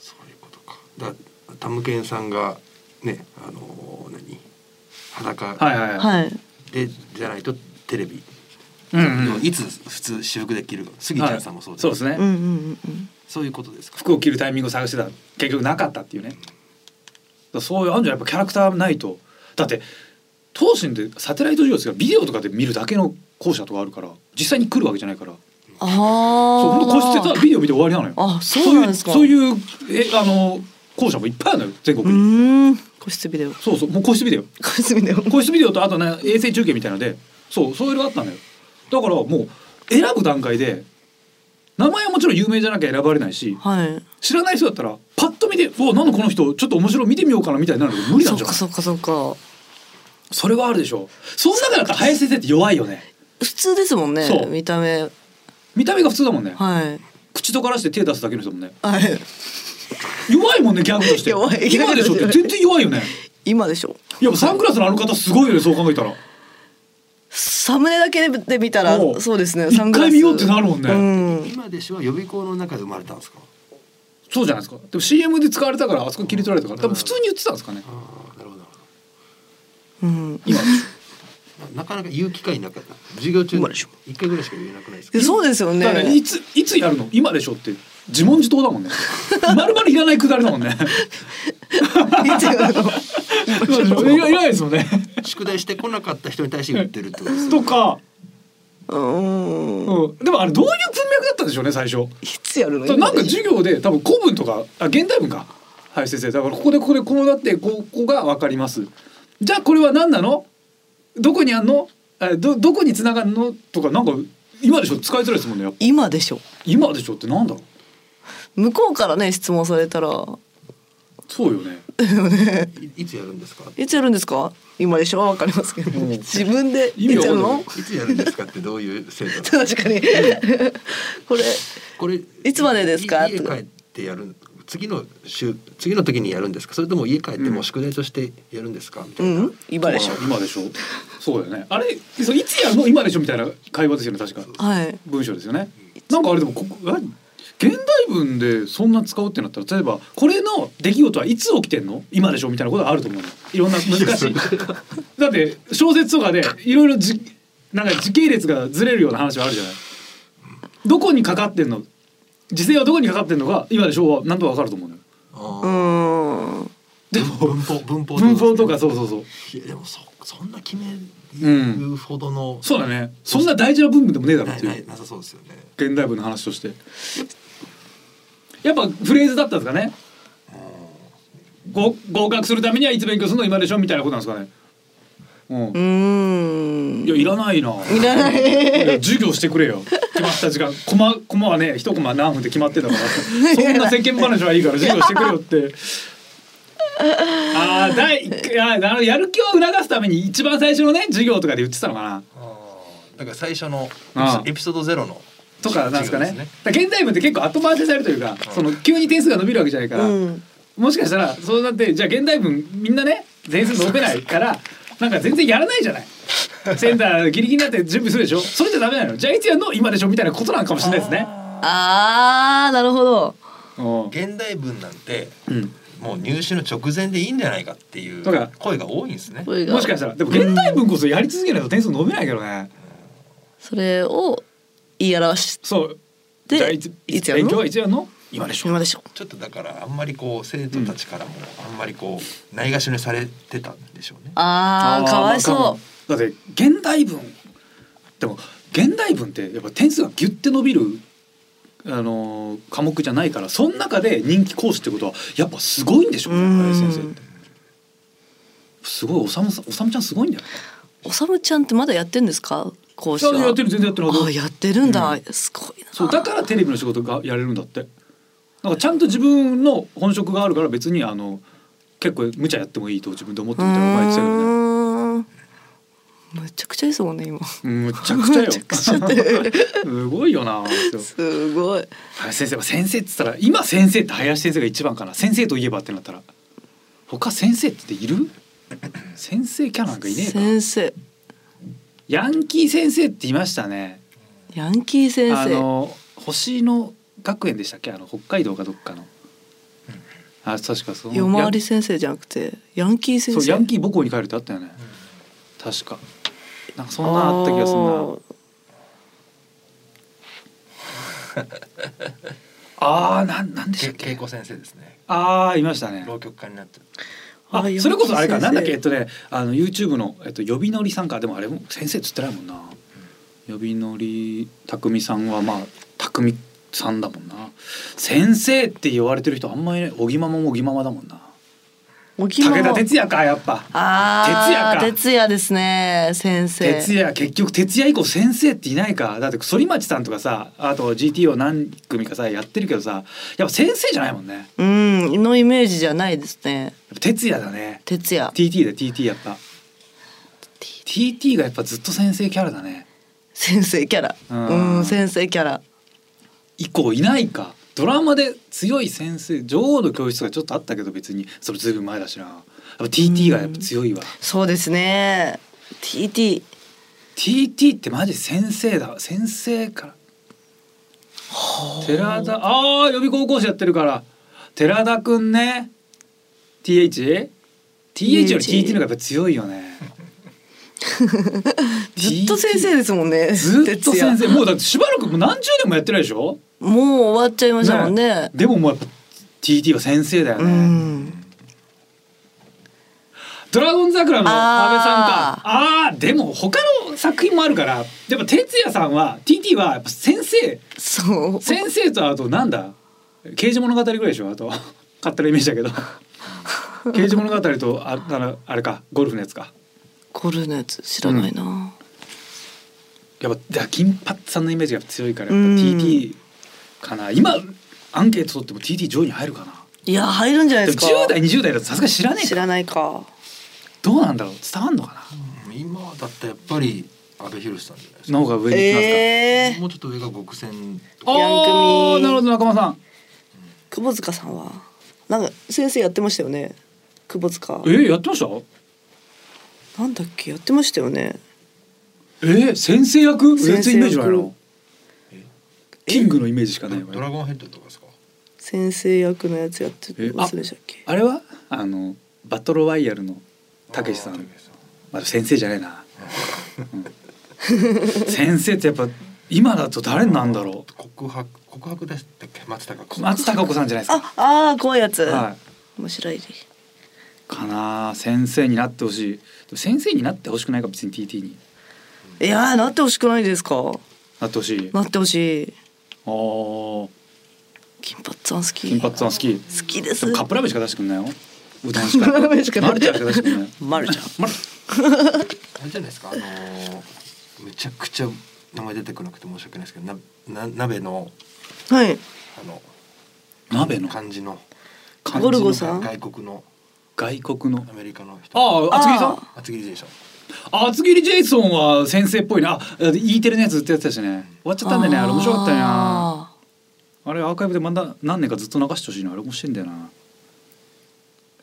そういうことかだタムケンさんがねあのー何裸はいはいうんはい、はい。でじゃないとテレビ、うんうんいつ普通私服で着るか杉ちゃんさんもそうでですす,、そうですね、うんうんうんうん。そういうことですか服を着るタイミングを探してた結局なかったっていうねだからそういうあんじゃんやっぱキャラクターないとだって当時でサテライト授業ですがビデオとかで見るだけの校舎とかあるから実際に来るわけじゃないからああ。そうほんと個室でただビデオ見て終わりなのよあそうなんですかそういうそういうえあの校舎もいっぱいあるのよ全国うに、ーん。個室ビデオ。そうそうもう個室ビデオ個室ビデオ。個室ビデオとあとね衛星中継みたいのでそうそういうのがあったのよだからもう選ぶ段階で名前はもちろん有名じゃなきゃ選ばれないしはい。知らない人だったらパッと見て「おなんだこの人ちょっと面白い見てみようかな」みたいになるけど無理なんそっじゃかないそっかそっか。それはあるでしょその中だったら林先生って弱いよね普通ですもんねそう。見た目。見た目が普通だもんねはい。口とからして手出すだけの人もんねはい。弱いもんねギャグとして弱い今でしょって全然弱いよね今でしょ。いやサングラスのあの方すごいよねそう考えたらサムネだけで見たらおうそうですね。一回サングラス見ようってなるもんねうん。今でしは予備校の中で生まれたんですかそうじゃないですかでも CM で使われたからあそこ切り取られたから多分普通に言ってたんですかねああなるほどなるうん。今ほどなかなか言う機会なかった授業中今でしょ一回ぐらいしか言えなくない ですかでそうですよね。だからいついつやるの今でしょって自問自答だもんねまるまるいらないくだりだもんねいつやるのいらいらないですもんね宿題してこなかった人に対して言ってるってことですよとか、 うーん。うん、でもあれどういう文脈だったんでしょうね最初いつやるの。そうなんか授業で多分古文とかあ現代文か林先生だからここでここでこうなってここが分かりますじゃあこれは何なのどこにあんのえどどこに繋がるのとかなんか今でしょ使いづらいですもんねやっぱ今でしょ。今でしょってなんだろう向こうからね質問されたらそうよねいいつやるんですかいつやるんですか。今でしょわかりますけど、うん自分でい意味つやるわかんのない。 いつやるんですかってどういう制度なんです確かかに。これこれいつまでですかい家帰ってやる次の週次の時にやるんですかそれとも家帰ってもう宿題としてやるんですかみたういな、ん今でしょあ。今でしょそうだよねあれそういつやるの今でしょみたいな会話ですよね確かはい。文章ですよね。なんかあれでもここえ現代文でそんな使うってなったら例えばこれの出来事はいつ起きてんの今でしょみたいなことがあると思うのいろんな難しいだって小説とかでいろいろじなんか時系列がずれるような話はあるじゃないどこにかかってんの時勢はどこにかかってんのが今でしょはなんとかわかると思うのようーん。あー文法文法文法とかそうそうそういやでもそそんな決めうんるほどの、そうだねそんな大事な文文でもねえだろっないていなういなさそうですよね現代文の話としてやっぱフレーズだったんですかねご合格するためにはいつ勉強するの今でしょみたいなことなんですかねうんうーん。いやいらないないいらないや授業してくれよ決まった時間コマコマはね一コマ何分って決まってんだからそんな世間話はいいから授業してくれよってああ第一回あーあのやる気を促すために一番最初のね授業とかで言ってたのかなだから最初のああエピソードゼロのとかなんですかね授業だから現代文って結構後回しにされるというかその急に点数が伸びるわけじゃないから、うん。もしかしたらそうなってじゃあ現代文みんなね全数伸べないからなんか全然やらないじゃないセンターギリギリになって準備するでしょそれじゃダメなのじゃあいつやんの今でしょみたいなことなんかもしれないですねあーなるほど。うん現代文なんてうんもう入試の直前でいいんじゃないかっていうとか声が多いんですねこれがもしかしたらでも現代文こそやり続けないと点数伸びないけどねそれを言い表しそうでじゃあいついつやるの今日はいつやるの今でしょ今でしょちょっとだからあんまりこう生徒たちからもあんまりこうないがしろにされてたんでしょうね。あーあかわいそだうって現代文でも現代文ってやっぱ点数がギュッて伸びるあのー科目じゃないからその中で人気講師ってことはやっぱすごいんでしょうねうん林先生ってすごいおさむさんおさむちゃんすごいんじゃないおさむちゃんってまだやってんですか講師はやってる全然やってるはずあやってるんだ、うすごいなそうだからテレビの仕事がやれるんだってなんかちゃんと自分の本職があるから別にあの結構無茶やってもいいと自分で思ってみたらバイトしてるよねうーんむちゃくちゃですもんね今うんむちゃくちゃよ むちゃくちゃだよ すごいよなあの人すごい林先生は先生っつったら今先生って林先生が一番かな先生といえばってなったら他先生っている先生キャラなんかいねえか先生ヤンキー先生っていましたねヤンキー先あ生の星野学園でしたっけあの北海道かどっかのあ確かその夜回り先生じゃなくてヤンキー先そう生ヤンキー母校に帰るってあったよね確かなんかそんなあった気がするなあーなんなんでしたっけけ稽古先生ですね。ああいましたね浪曲家になってる。ああーそれこそあれかヤンキなーんだっ先け生えっとねあの YouTube の、えっと、呼び乗りさんかでもあれも先生っつってないもんな呼び乗り匠さんはまあ匠さんだもんな先生って言われてる人あんまりいない小木ママも小木ママだもんなおきま武田も鉄矢かやっぱああ徹夜か徹夜ですね先生徹夜結局徹夜以降先生っていないかだって反町さんとかさあと GTO 何組かさやってるけどさやっぱ先生じゃないもんねやっうんのイメージじゃないですねぱ徹夜だね徹夜 TT だ TT やっぱ TT がやっぱずっと先生キャラだね先生キャラうんうん先生キャラ以降いないかドラマで強い先生女王の教室がちょっとあったけど別にそれずいぶん前だしなやっぱ TT がやっぱ強いわ、そうですね TT TT ってマジ先生だ先生から寺田ああ予備高校生やってるから寺田くんね TH?TH より TT の方がやっぱ強いよね ずっと先生 TT ですもんねずっと徹夜先生もうだってしばらくもう何十年もやってないでしょもう終わっちゃいましたもんねでももうやっぱ TT は先生だようね、んドラゴン桜の阿部さんかあああーでも他の作品もあるからやっぱ哲也さんは TT はやっぱ先生そう先生とあとなんだ刑事物語ぐらいでしょあと勝手なイメージだけど刑事物語とああのあれかゴルフのやつかゴルのやつ知らないなやっぱだ金髪さんのイメージが強いからやうっぱん TT かな今アンケート取っても TT 上位に入るかないや入るんじゃないででもすか10代20代だとさすがに知らねえ知からないかどうなんだろう伝わんのか今はだってやっぱり阿部寛さんじゃないですなの方が上に行きますか、えか。ーもうちょっと上が極戦。あヤンークミなるほど仲間さん窪塚さんはなんか先生やってましたよね窪塚えー、やってましたなんだっけやってましたよねえー、先生役先生役全然イメージないなえキングのイメージしかドないドラわゴンヘッドとかですか。先生役のやつやってえ忘れちゃっけあれはあのバトルワイヤルのたけしさあーんたけしさんまあ、先生じゃないな、うん先生ってやっぱ今だと誰なんだろ告白告白でしたっけ松たかう子さん松たか子さんじゃないですああー怖いやつ、かはい面白いねかなあ先生になってほしいでも先生になってほしくないか別に TT にいやーなってほしくないですかなってほしいあなってほしいー金髪さん好き金髪さん好き好きでですもカップラーメンしか出してくんないようどんしかカップラーメンしかマルちゃんしか出してくんないマルちゃんマルあれじゃないですかあのーめちゃくちゃ名前出てこなくて申し訳ないですけどなな鍋のはいあの鍋の漢字の漢字ゴルゴのさん外国の外国のアメリカの人ああ厚切りさんあ厚切りでしょあ厚切りジェイソンは先生っぽいなあ E テレのやつずっとやってたしね終わっちゃったんだよねあれ面白かったよなああれアーカイブでまだ何年かずっと流してほしいなあれ面白いんだよな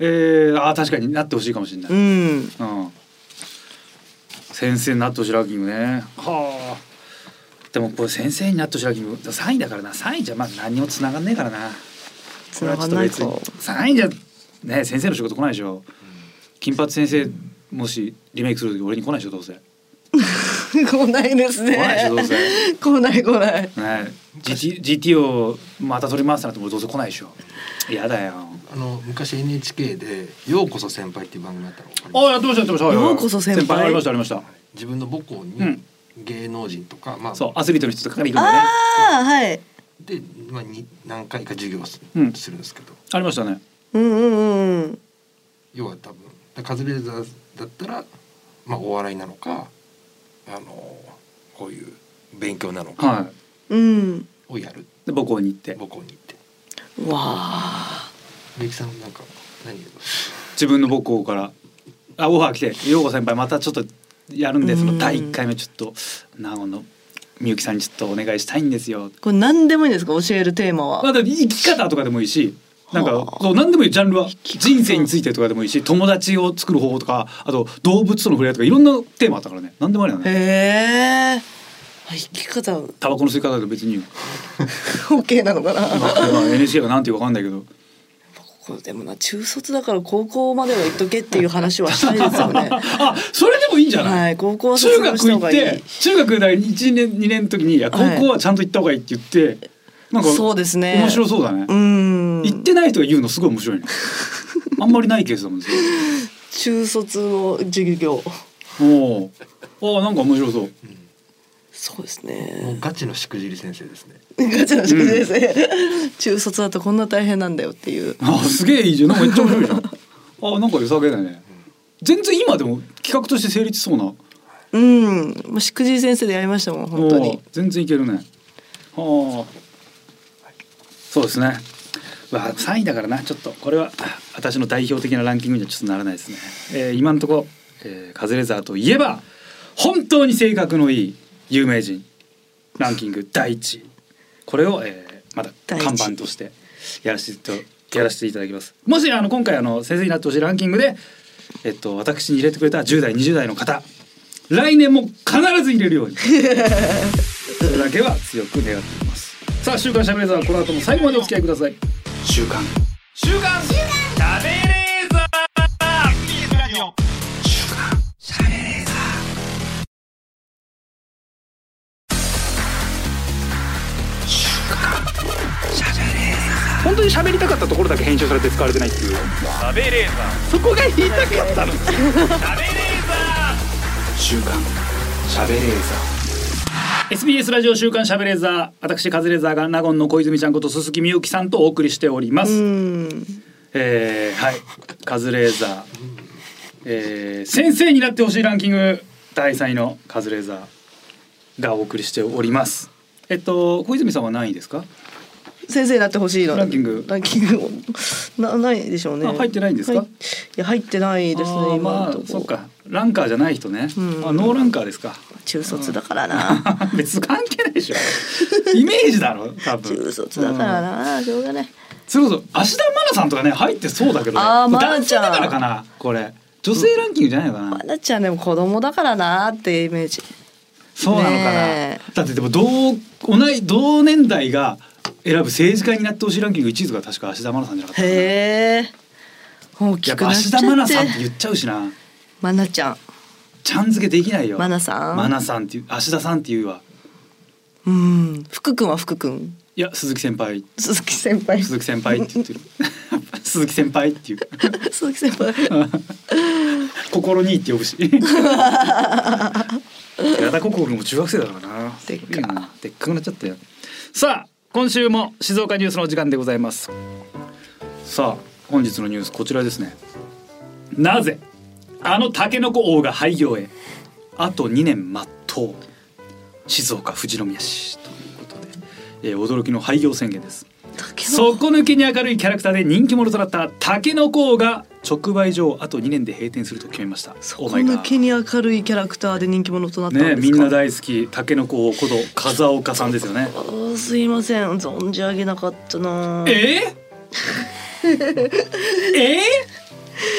えー、あー確かになってほしいかもしれない、ーうんうん、先生になってほしいランキングねはあでもこれ先生になってほしいランキング3位だからな3位じゃまあ何にもつながんねえからなつながんないか3位じゃね先生の仕事来ないでしょ金髪先生もしリメイクする時俺に来ないでしょどうせ 来ないですね来ないでしょどうせ来ない来ないね GT, GT をまた取り回すなんてもうどうせ来ないでしょやだよあの昔 NHK で「ようこそ先輩」っていう番組あったの分かりますあやってましたやってましたはいはいようこそ先輩ありましたありました自分の母校うにん芸能人とか、まあそうアスリートの人とかから行くんだねああはいで、まあ、に何回か授業す,、うんるんですけどありましたねうんうんうん要は多分だカズレーザーだったら、まあ、お笑いなのかあのこういう勉強なのかはうんをやる、いで母校に行って母校に行ってうんわあみゆきさんなんか何やる自分の母校からあオファー来て「陽子先輩またちょっとやるんでそのうん第1回目ちょっと名護のみゆきさんにちょっとお願いしたいんですよ」これ何でもいいんですか教えるテーマは、まあ、だって生き方とかでもいいしなんかはあそう何でもいいジャンルは人生についてとかでもいいし友達を作る方法とかあと動物との触れ合いとかいろんなテーマあったからね何でもありだねへえ生き方 オタバコの吸い方だと別にッケーなのかな今今 NHK がなんていうかわかんないけどこれでもな中卒だから高校までは行っとけっていう話はしたいですよ ねあそれでもいいんじゃない、はい高校は中卒業し学た方行っがいいて中学だ1年2年の時にいや高校はちゃんと行った方がいいって言って、なんかそうですね面白そうだね、うん行ってない人が言うのすごい面白いねあんまりないケースだもんね中卒の授業それおおあなんか面白そうそうですもうねガチのしくじり先生ですねガチな仕組みですね、中卒だとこんな大変なんだよっていうあすげえいいじゃんなんかめっちゃ面白いじゃんあなんか良さげだね全然今でも企画として成立そうなうんもうしくじり先生でやりましたもん本当おにー全然いけるねはあそうですねわあ3位だからなちょっとこれはあ私の代表的なランキングにはちょっとならないですね、えー今のところ、えーカズレーザーといえば本当に性格のいい有名人ランキング第1位これを、えーまだ第一看板としてやらせてやらせていただきますもしあの今回あの先生になってほしいランキングで、えっと、私に入れてくれた10代20代の方来年も必ず入れる ようにそれだけは強く願っていますさあ週刊しゃべれーザーはこの後も最後までお付き合いください週刊週刊しゃべれーザ本当に喋りたかったところだけ編集されて使われてないっていう喋れーザーそこが言いたかったの喋れーザー週刊喋れーザー SBS ラジオ週刊しゃべれーザー私カズレーザーが納言の小泉ちゃんこと鈴木みゆきさんとお送りしております、うんえー、はいカズレーザー、えー、先生になってほしいランキング第3位のカズレーザーがお送りしておりますえっと小泉さんは何位ですか、先生になってほしいのランキングランキングもなないでしょうねあ入ってないんですかはい、いや入ってないですあねー今まのあとこそっかランカーじゃない人ね、うんあノーランカーですか 中卒だからな別に関係ないでしょイメージだろ多分中卒だからうんなしょうがないそれこそ芦田愛菜さんとかね入ってそうだけど、ね、あー愛男菜ち性ゃんだからかなこれ女性ランキングじゃないのかな、まなちゃんでも子供だからなってイメージそうなのかな、ねえだってでも同同い同年代が選ぶ政治家になってほしいランキング1位とか確か芦田愛菜さんじゃなかったかなへえ大きやっくぱなっ芦ちゃ田って愛菜さんって言っちゃうしなまなちゃんちゃん付けできないよまなさん愛菜さんっていう芦田さんっていうわうん福君は福君いや鈴木先輩鈴木先輩鈴木先輩って言ってる 鈴木先輩っていう鈴木先輩心にいいって呼ぶ し矢田心も中学生だからなでっかすげえなでっかくなっちゃったよさあ今週も静岡ニュースのお時間でございますさあ本日のニュースこちらですねなぜあのタケノコ王が廃業へあと2年全う静岡富士宮市ということで、えー驚きの廃業宣言です竹野底抜けに明るいキャラクターで人気者となったタケノコ王が直売所をあと2年で閉店すると決めました底抜けねに明るいキャラクターで人気者となったんですえかみんな大好きタケノコ王こと風岡さんですよねあーすいません存じ上げなかったなえー、 えー、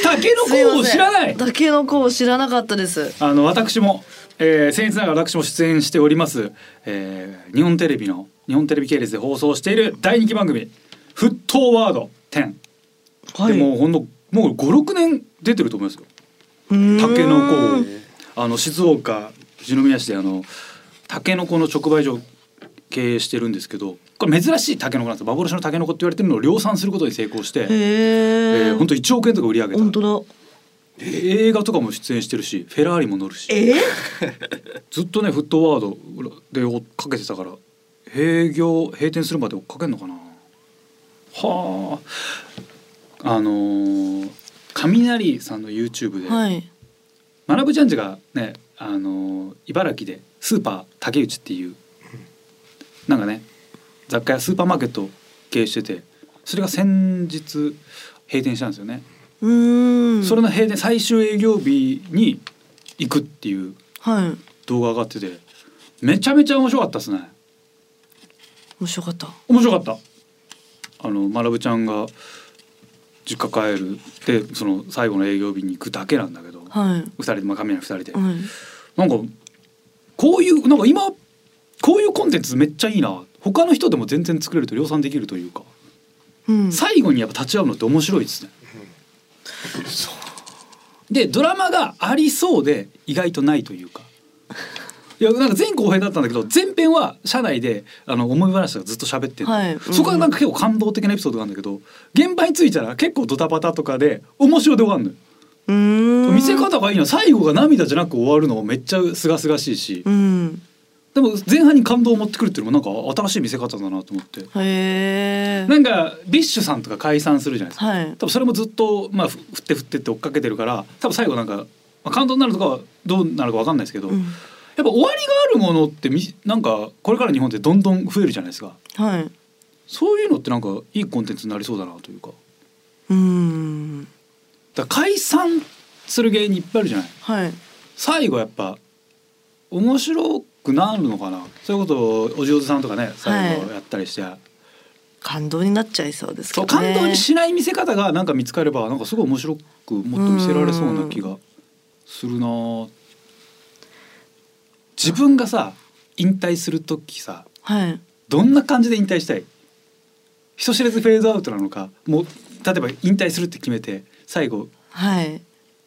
タケノすいませコん王知らないタケノコを知らなかったですあの私も、えー、僭越ながら私も出演しております、えー、日本テレビの日本テレビ系列で放送している大人気番組「沸騰ワード10」はいでもうほんともう56年出てると思いますようーんタケノコをあの静岡富士宮市であのタケノコの直売所を経営してるんですけどこれ珍しいタケノコなんですよ幻のタケノコって言われてるのを量産することに成功して、ええー、本当1億円とか売り上げた本当だ。映画とかも出演してるしフェラーリも乗るしえー、ずっとねフットワードで追っかけてたから営業閉店するまで追っかけんのかなはああのー雷さんの YouTube で、はい。マナブチャンジがねあのー茨城でスーパー竹内っていうなんかね雑貨やスーパーマーケットを経営しててそれが先日閉店したんですよね、うーん。それの閉店最終営業日に行くっていうはい。動画上がっててめちゃめちゃ面白かったですね面白かった。面白かったあのまなぶちゃんが実家帰るでその最後の営業日に行くだけなんだけど、はい。二人でまあ神谷二人で、はい。なんかこういうなんか今こういうコンテンツめっちゃいいな他の人でも全然作れると量産できるというか、うん。最後にやっぱ立ち会うのって面白いですね。でドラマがありそうで意外とないというか。いやなんか前後編だったんだけど前編は社内であの思い話とかずっと喋ってる、はいそこはなんか結構感動的なエピソードがあるんだけど現場に着いたら結構ドタバタとかで面白で終わるのよ。うーん。見せ。方がいいのは最後が涙じゃなく終わるのもめっちゃ清々しいしうん。でも前半に感動を持ってくるっていうのもなんか新しい見せ方だなと思ってへえ。なんかビッシュさんとか解散するじゃないですかはい。多分それもずっと、まあ、ふ振って振ってって追っかけてるから多分最後なんか、まあ、感動になるとかはどうなるか分かんないですけど、うやっん。ぱ終わりがあるものってみなんかこれから日本ってどんどん増えるじゃないですかはい。そういうのってなんかいいコンテンツになりそうだなというかうーん。だから解散する芸人いっぱいあるじゃないはい。最後やっぱ面白くなるのかなそういうことをお嬢さんとかね最後やったりして、感動になっちゃいそうですけそうどね。感動にしない見せ方がなんか見つかればなんかすごい面白くもっと見せられそうな気がするなあ自分がさ引退する時さはい。どんな感じで引退したい人知れずフェードアウトなのかもう例えば引退するって決めて最後はい。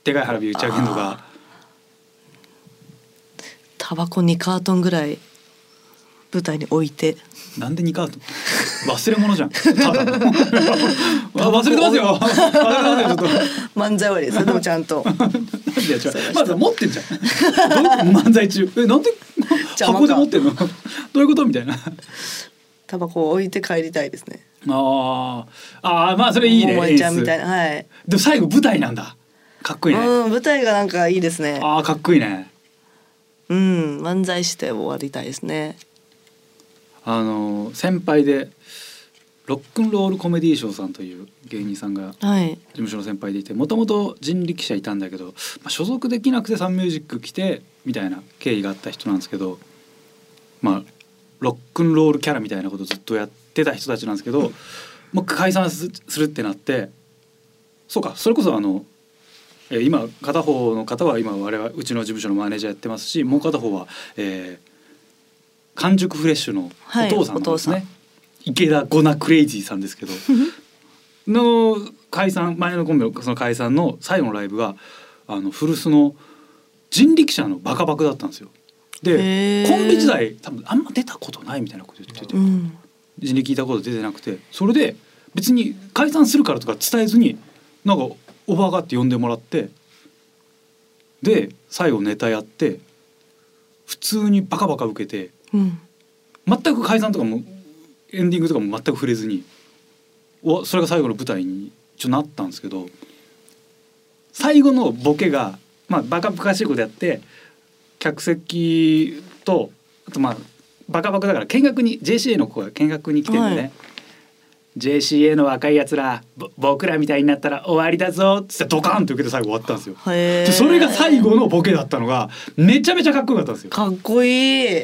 でかい花火打ち上げるのかタバコ2カートンぐらい舞台に置いてなんで2カート忘れ物じゃんただ のあ忘れてますよ忘れてますよちょっと。漫才終わりです よでもちゃんといや違うまず持ってんじゃんどう漫才中えなんで邪魔か箱で持ってんのどういうことみたいなタバコを置いて帰りたいですねあーあーまあそれいいね桃江ちゃんみたい演なはい、出でも最後舞台なんだかっこいいねうん舞台がなんかいいですねあーかっこいいねうん漫才して終わりたいですねあの先輩でロックンロールコメディーショーさんという芸人さんがはい事務所の先輩でいてもともと人力車いたんだけど、まあ、所属できなくてサンミュージック来てみたいな経緯があった人なんですけどまあロックンロールキャラみたいなことずっとやってた人たちなんですけど、もう一回解散すするってなってそうかそれこそあのえー今片方の方は今我々うちの事務所のマネージャーやってますしもう片方は、えー完熟フレッシュのお父さんなんですね、はいお父さん池田ゴナクレイジーさんですけどの解散前のコンビのその解散の最後のライブがあの古巣の人力車のバカバカだったんですよ。へでーコンビ時代多分あんま出たことないみたいなこと言っててうん人力聞いたこと出てなくてそれで別に解散するからとか伝えずになんかオファーがあって呼んでもらってで最後ネタやって普通にバカバカ受けてうん全く解散とかもエンディングとかも全く触れずにおそれが最後の舞台にちょっとなったんですけど最後のボケが、まあ、バカバカしいことやって客席とあとまあバカバカだから見学に JCA の子が見学に来てるんでね、はい JCA の若いやつらぼ僕らみたいになったら終わりだぞっつってドカンと受けて最後終わったんですよ。へでえそれが最後のボケだったのがめちゃめちゃかっこよかったんですよ。かっこいい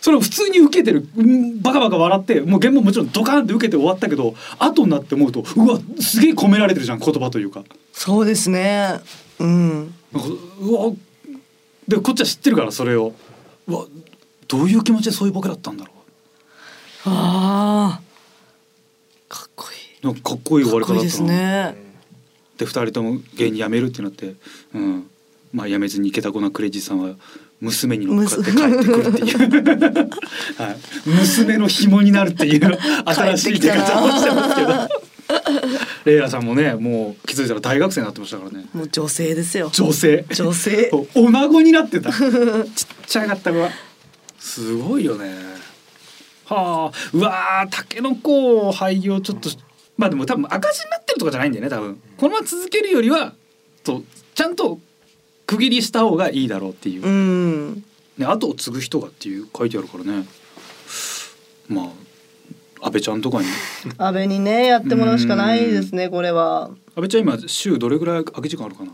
それを普通に受けてるうんバカバカ笑ってもう現場もちろんドカーンって受けて終わったけど後になって思うとうわすげえ込められてるじゃん言葉というかそうですねうんなんかうわでこっちは知ってるからそれをうわどういう気持ちでそういうボケだったんだろあーかっこいうなんかかっこいいい終わりかっこ方だっいいでたすなねで2人とも芸人辞めるってなって、うんまあ、辞めずに池田子なクレイジーさんは娘に乗っかって帰ってくるっていう、はい、娘の紐になるっていう新しい出方をしてますけどレイラさんもねもう気づいたら大学生になってましたからねもう女性ですよ女性女性女子になってたちっちゃかった子はすごいよねはあうわータケノコ廃業ちょっとまあでも多分赤字になってるとかじゃないんだよね多分このまま続けるよりはとちゃんと区切りした方がいいだろうっていうう、んね、後を継ぐ人がっていう書いてあるからねまあ安倍ちゃんとかに安倍にねやってもらうしかないですねこれは安倍ちゃん今週どれぐらい空き時間あるかな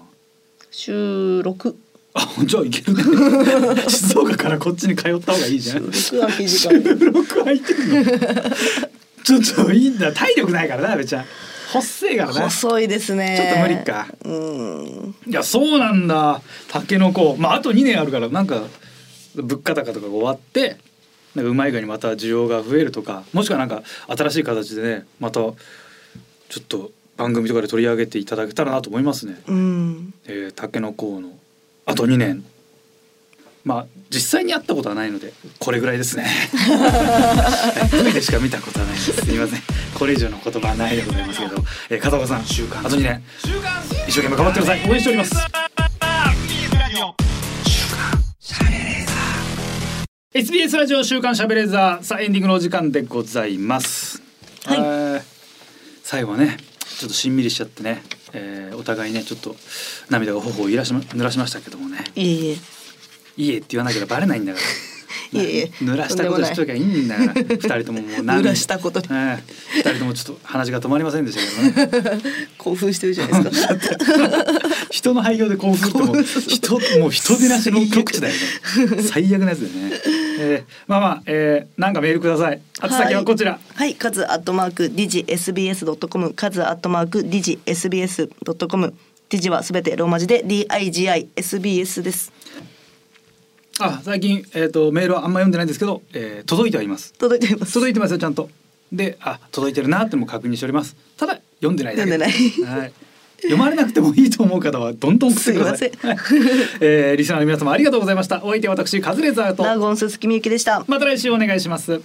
収録あじゃあいけるね静岡からこっちに通った方がいいじゃん収録空き時収間録空いて るのちょっといいんだ体力ないからな安倍ちゃん細いから なちょっ細いですねと無理かうんいやそうなんだたけのこまああと2年あるからなんか物価高とかが終わってなんかうまい具合にまた需要が増えるとかもしくはなんか新しい形でねまたちょっと番組とかで取り上げていただけたらなと思いますね。うんえー、タケノコのあと2年まあ実際に会ったことはないのでこれぐらいですね V でしか見たことはないですすみませんこれ以上の言葉はないでございますけど、えー、片岡さんあと2年一生懸命頑張ってください応援しております週刊 SBS ラジオ週刊しゃべれーザーさあエンディングのお時間でございますはいえー最後はねちょっとしんみりしちゃってね、えーお互いねちょっと涙が頬を揺らし、ま、濡らしましたけどもねいえいえ「いいえ」って言わなければバレないんだからいえいえ濡らしたことしときゃいいんだから二人とももう何濡らしたことにええ二人ともちょっと話が止まりませんでしたけどね興奮してるじゃないで すか人の廃業で興奮ってもう人もう人出なしの極地だよね最悪なやつだよね、えーまあまあ、えー、なんかメールくださいあと先はこちら、はい、カズアットマークディジ SBS ドットコム、カズアットマークディジ SBS ドットコム。ディジはすべてローマ字で D I G I S B S です。あ最近、えー、とメールはあんま読んでないんですけど、えー届いてはいます届いています。 届いてますよちゃんとであ届いてるなってのも確認しておりますただ読んでないだけ読んではい読まれなくてもいいと思う方はどんどん送ってくださいすいません、えーリスナーの皆様ありがとうございましたお相手は私カズレーザーとナーゴンススキミユキでした。また来週お願いします